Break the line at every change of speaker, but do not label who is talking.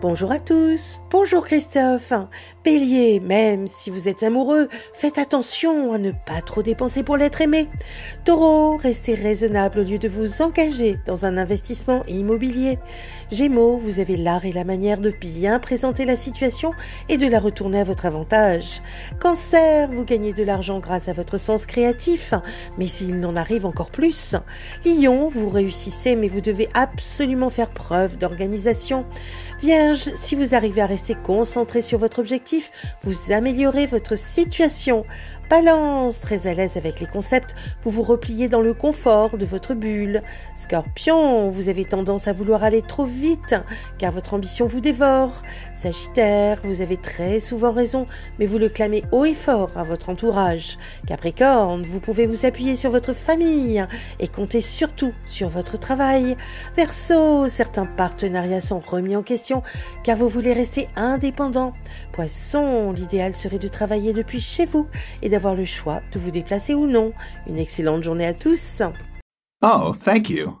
Bonjour à tous, bonjour Christophe. Bélier, même si vous êtes amoureux, faites attention à ne pas trop dépenser pour l'être aimé. Taureau, restez raisonnable au lieu de vous engager dans un investissement immobilier. Gémeaux, vous avez l'art et la manière de bien présenter la situation et de la retourner à votre avantage. Cancer, vous gagnez de l'argent grâce à votre sens créatif, mais s'il n'en arrive encore plus. Lion, vous réussissez mais vous devez absolument faire preuve d'organisation. Vierge, si vous arrivez à rester concentré sur votre objectif, vous améliorez votre situation. Balance, très à l'aise avec les concepts, vous vous repliez dans le confort de votre bulle. Scorpion, vous avez tendance à vouloir aller trop vite, car votre ambition vous dévore. Sagittaire, vous avez très souvent raison, mais vous le clamez haut et fort à votre entourage. Capricorne, vous pouvez vous appuyer sur votre famille et compter surtout sur votre travail. Verseau, certains partenariats sont remis en question, car vous voulez rester indépendant. Poisson, l'idéal serait de travailler depuis chez vous et d'avoir le choix de vous déplacer ou non. Une excellente journée à tous.
Oh, thank you.